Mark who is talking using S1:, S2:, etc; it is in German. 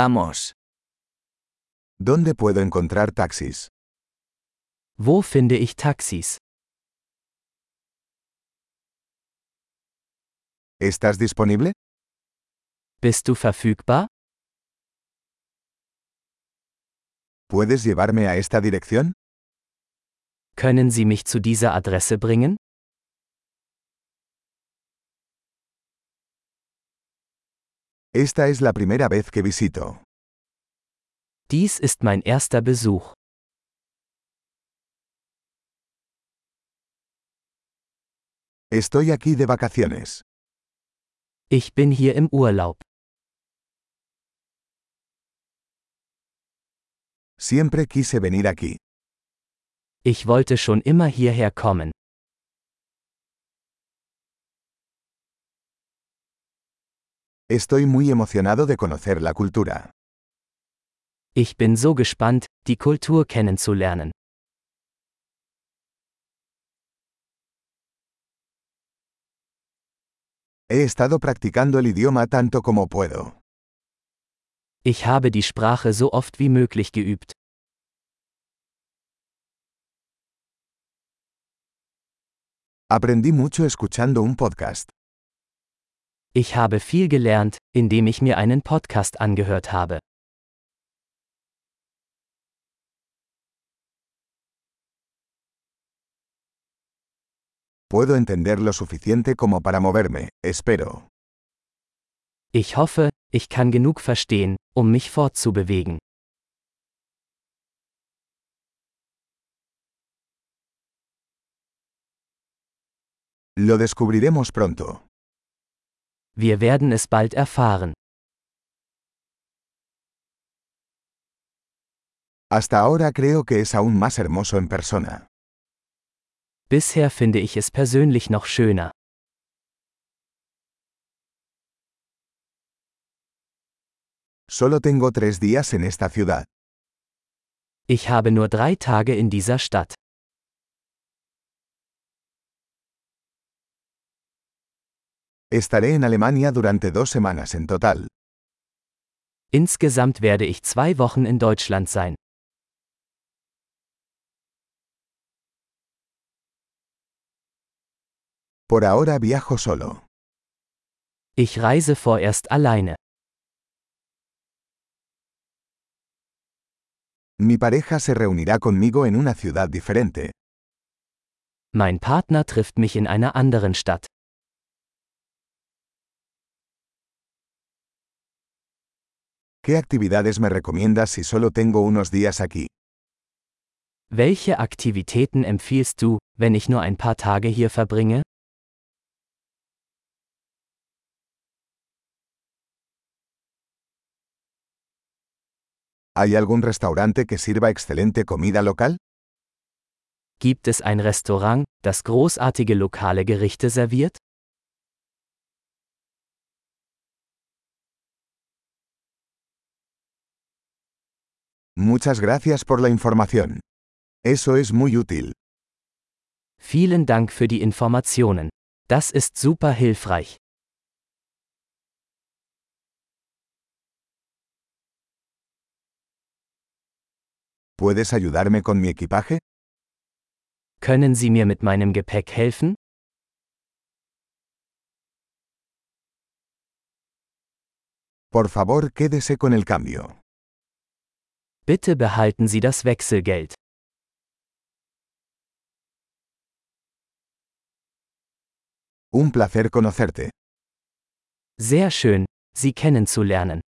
S1: Vamos.
S2: ¿Dónde puedo encontrar taxis?
S1: Wo finde ich Taxis?
S2: ¿Estás disponible?
S1: Bist du verfügbar?
S2: ¿Puedes llevarme a esta dirección?
S1: Können Sie mich zu dieser Adresse bringen?
S2: Esta es la primera vez que visito.
S1: Dies ist mein erster Besuch.
S2: Estoy aquí de vacaciones.
S1: Ich bin hier im Urlaub.
S2: Siempre quise venir aquí.
S1: Ich wollte schon immer hierher kommen.
S2: Estoy muy emocionado de conocer la cultura.
S1: Ich bin so gespannt, die Kultur kennenzulernen.
S2: He estado practicando el idioma tanto como puedo.
S1: Ich habe die Sprache so oft wie möglich geübt.
S2: Aprendí mucho escuchando un podcast.
S1: Ich habe viel gelernt, indem ich mir einen Podcast angehört habe.
S2: Puedo entender lo suficiente como para moverme, espero.
S1: Ich hoffe, ich kann genug verstehen, um mich fortzubewegen.
S2: Lo descubriremos pronto.
S1: Wir werden es bald erfahren.
S2: Hasta ahora creo que es aún más hermoso en persona.
S1: Bisher finde ich es persönlich noch schöner.
S2: Solo tengo tres días en esta ciudad.
S1: Ich habe nur drei Tage in dieser Stadt.
S2: Estaré en Alemania durante dos semanas en total.
S1: Insgesamt werde ich zwei Wochen in Deutschland sein.
S2: Por ahora viajo solo.
S1: Ich reise vorerst alleine.
S2: Mi pareja se reunirá conmigo en una ciudad diferente.
S1: Mein Partner trifft mich in einer anderen Stadt.
S2: ¿Qué actividades me recomiendas si solo tengo unos días aquí?
S1: Welche Aktivitäten empfiehlst du, wenn ich nur ein paar Tage hier verbringe?
S2: ¿Hay algún restaurante que sirva excelente comida local?
S1: Gibt es ein Restaurant, das großartige lokale Gerichte serviert?
S2: Muchas gracias por la información. Eso es muy útil.
S1: Vielen Dank für die Informationen. Das ist super hilfreich.
S2: ¿Puedes ayudarme con mi equipaje?
S1: Können Sie mir mit meinem Gepäck helfen?
S2: Por favor, quédese con el cambio.
S1: Bitte behalten Sie das Wechselgeld.
S2: Un placer conocerte.
S1: Sehr schön, Sie kennenzulernen.